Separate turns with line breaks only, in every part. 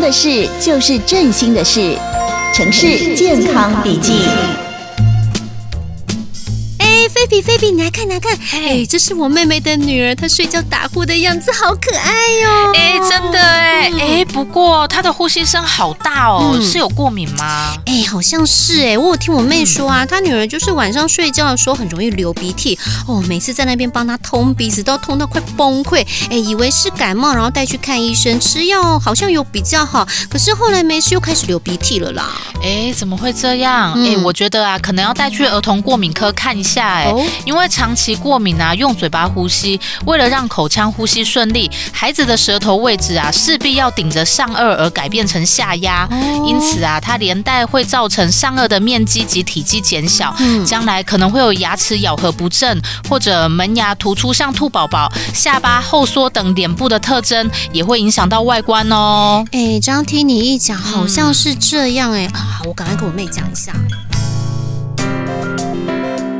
的事就是振兴的事，城市健康笔记。
哎，菲比，菲比，你来看，来看，哎，这是我妹妹的女儿，她睡觉打呼的样子，好可爱哟、
哎，真的哎
嗯
哎，不过他的呼吸声好大哦，
嗯
是有过敏吗？
哎、好像是哎、我有听我妹说啊，她女儿就是晚上睡觉的时候很容易流鼻涕哦，每次在那边帮她通鼻子，都通到快崩溃。哎、以为是感冒，然后带去看医生，吃药好像有比较好，可是后来没事又开始流鼻涕了啦。
哎，怎么会这样？
嗯
哎，我觉得啊，可能要带去儿童过敏科看一下哎
哦，
因为长期过敏啊，用嘴巴呼吸，为了让口腔呼吸顺利，孩子的舌头位置啊，势必要顶着上颚而改变成下压，因此啊，它连带会造成上颚的面积及体积减小，
嗯
将来可能会有牙齿咬合不正或者门牙突出，像兔宝宝、下巴后缩等脸部的特征，也会影响到外观哦。
哎、这样听你一讲，好
嗯
像是这样哎、啊！我赶快跟我妹讲一下。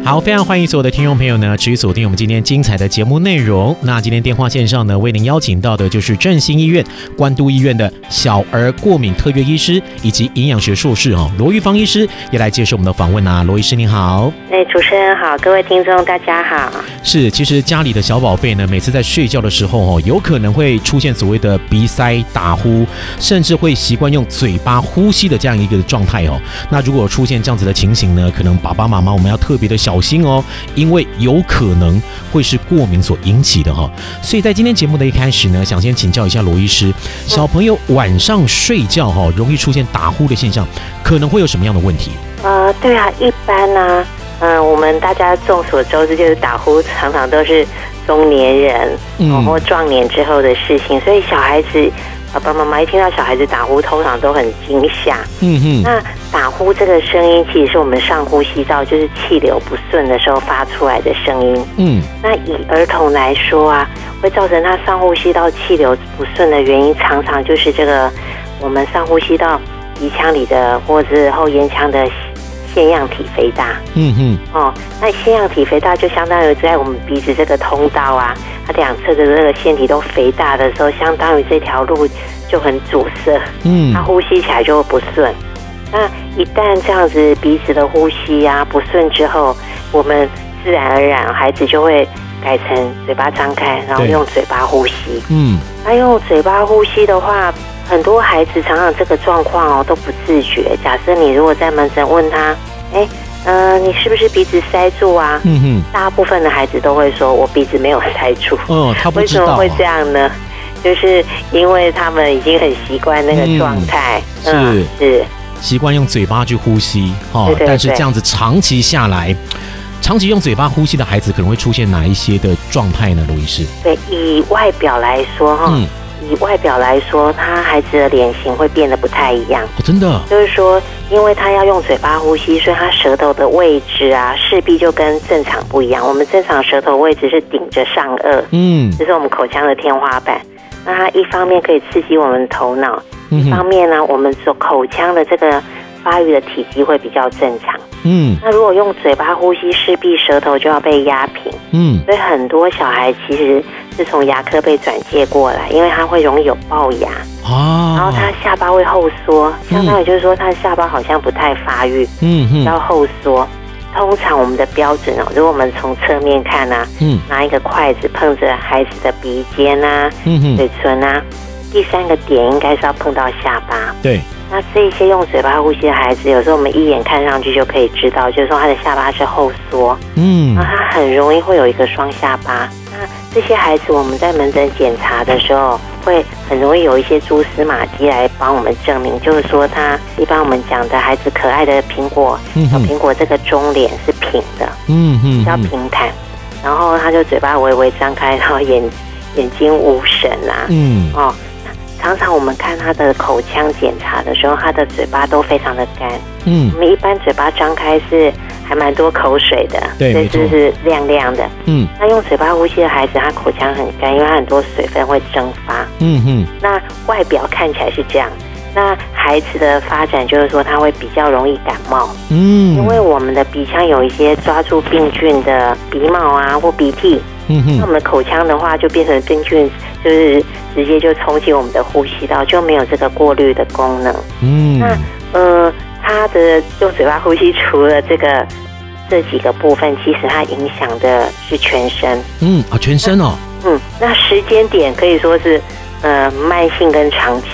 好，非常欢迎所有的听众朋友呢，持续锁定我们今天精彩的节目内容。那今天电话线上呢，为您邀请到的就是振兴医院关渡医院的小儿过敏特约医师以及营养学硕士哦，罗玉芳医师也来接受我们的访问啊。罗医师您好，
哎，主持人好，各位听众大家好。
是，其实家里的小宝贝呢，每次在睡觉的时候哦，有可能会出现所谓的鼻塞、打呼，甚至会习惯用嘴巴呼吸的这样一个状态哦。那如果出现这样子的情形呢，可能爸爸妈妈我们要特别的小心哦，因为有可能会是过敏所引起的哈、哦。所以在今天节目的一开始呢，想先请教一下罗医师，小朋友晚上睡觉哈、哦，容易出现打呼的现象，可能会有什么样的问题？
呃，对啊，一般呢、嗯、我们大家众所周知，就是打呼常常都是中年人，
嗯
然后壮年之后的事情，所以小孩子。爸爸妈妈一听到小孩子打呼，通常都很惊吓。
嗯哼。
那打呼这个声音，其实是我们上呼吸道就是气流不顺的时候发出来的声音。
嗯
那以儿童来说啊，会造成他上呼吸道气流不顺的原因，常常就是这个我们上呼吸道鼻腔里的或者是后咽腔的腺样体肥大
嗯哼，
哦。那腺样体肥大就相当于在我们鼻子这个通道啊，它两侧的这个腺体都肥大的时候，相当于这条路就很阻塞。
嗯
他呼吸起来就会不顺。那一旦这样子鼻子的呼吸啊不顺之后，我们自然而然孩子就会改成嘴巴张开，然后
对
用嘴巴呼吸。
嗯
那用嘴巴呼吸的话，很多孩子常常这个状况哦都不自觉。假设你如果在门诊问他，哎，嗯、你是不是鼻子塞住啊？
嗯哼。
大部分的孩子都会说，我鼻子没有塞住。
哦，他不
为
知
什
道、
么
啊、
会这样呢？就是因为他们已经很习惯那个状态，
嗯
嗯是
习惯用嘴巴去呼吸，哈、
对对对
但是这样子长期下来，长期用嘴巴呼吸的孩子可能会出现哪一些的状态呢？罗医师，
对。以外表来说哈，
嗯，
以外表来说，他孩子的脸型会变得不太一样。
哦，真的，
就是说，因为他要用嘴巴呼吸，所以他舌头的位置啊，势必就跟正常不一样。我们正常舌头位置是顶着上颚，
嗯
这是我们口腔的天花板。那它一方面可以刺激我们头脑，
嗯
一方
哼
面呢，我们所口腔的这个发育的体积会比较正常。
嗯
那如果用嘴巴呼吸，势必舌头就要被压平，
嗯
所以很多小孩其实是从牙科被转介过来，因为他会容易有龅牙，然后
啊，
他下巴会后缩，
嗯
相当于就是说他下巴好像不太发育，
嗯哼
要后缩。通常我们的标准哦，如果我们从侧面看啊，
嗯
拿一个筷子碰着孩子的鼻尖啊、
嗯哼，
嘴唇啊，第三个点应该是要碰到下巴。
对，
那这些用嘴巴呼吸的孩子，有时候我们一眼看上去就可以知道，就是说他的下巴是后缩，
嗯
那他啊很容易会有一个双下巴。那这些孩子，我们在门诊检查的时候，会很容易有一些蛛丝马迹来帮我们证明，就是说他一般我们讲的孩子可爱的苹果，
嗯
小
哼
苹果这个中脸是平的，
嗯哼
比较
嗯
平坦，然后他就嘴巴微微张开，然后眼眼睛无神啊，
嗯
哦，那常常我们看他的口腔检查的时候，他的嘴巴都非常的干。
嗯
我们一般嘴巴张开是还蛮多口水的，
对
所
没
以
错
就是亮亮的。
嗯
那用嘴巴呼吸的孩子，他口腔很干，因为他很多水分会蒸发。
嗯哼，
那外表看起来是这样，那孩子的发展就是说他会比较容易感冒，因为
嗯
我们的鼻腔有一些抓住病菌的鼻毛啊或鼻涕，
嗯
那我
哼，
们的口腔的话就变成病菌就是直接就冲进我们的呼吸道，就没有这个过滤的功能。
嗯，
那呃，它的用嘴巴呼吸，除了这个这几个部分，其实它影响的是全身。
嗯啊，全身哦，
嗯，那时间点可以说是呃慢性跟长期。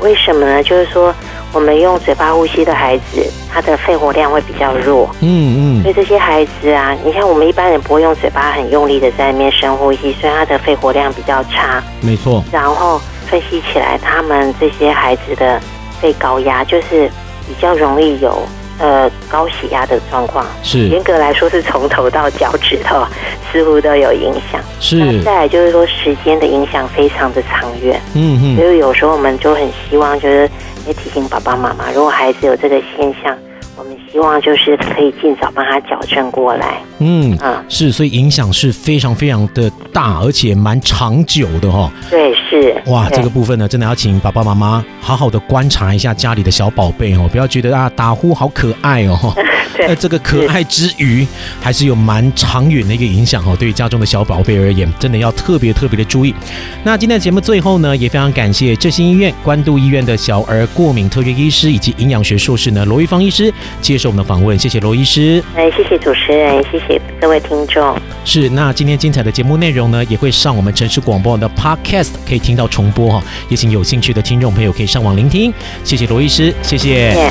为什么呢？就是说我们用嘴巴呼吸的孩子，他的肺活量会比较弱，
嗯
所以这些孩子啊，你像我们一般人不会用嘴巴很用力的在那边深呼吸，所以他的肺活量比较差。
嗯，没错，
然后分析起来，他们这些孩子的肺高压就是比较容易有呃高血压的状况。严
是
格来说，是从头到脚趾头似乎都有影响。那
是，
再来就是说，时间的影响非常的长远，
嗯嗯
所以有时候我们就很希望，就是也提醒爸爸妈妈，如果孩子有这个现象，我们希望就是可以尽早帮他矫正过来。
嗯。
嗯，
是，所以影响是非常非常的大，而且蛮长久的哈、
对，是。
哇，
对
这个部分呢，真的要请爸爸妈妈好好的观察一下家里的小宝贝哦，不要觉得啊打呼好可爱哦。
对
呃，这个可爱之余，还是有蛮长远的一个影响哦，对于家中的小宝贝而言，真的要特别特别的注意。那今天的节目最后呢，也非常感谢振兴医院关渡医院的小儿过敏特约医师以及营养学硕士呢罗玉芳医师接受我们的访问，谢谢罗医师。
哎，谢谢主持人，谢谢各位听众。
是，那今天精彩的节目内容呢，也会上我们城市广播网的 Podcast 可以听到重播哈、也请有兴趣的听众朋友可以上网聆听。谢谢罗医师，谢谢
谢谢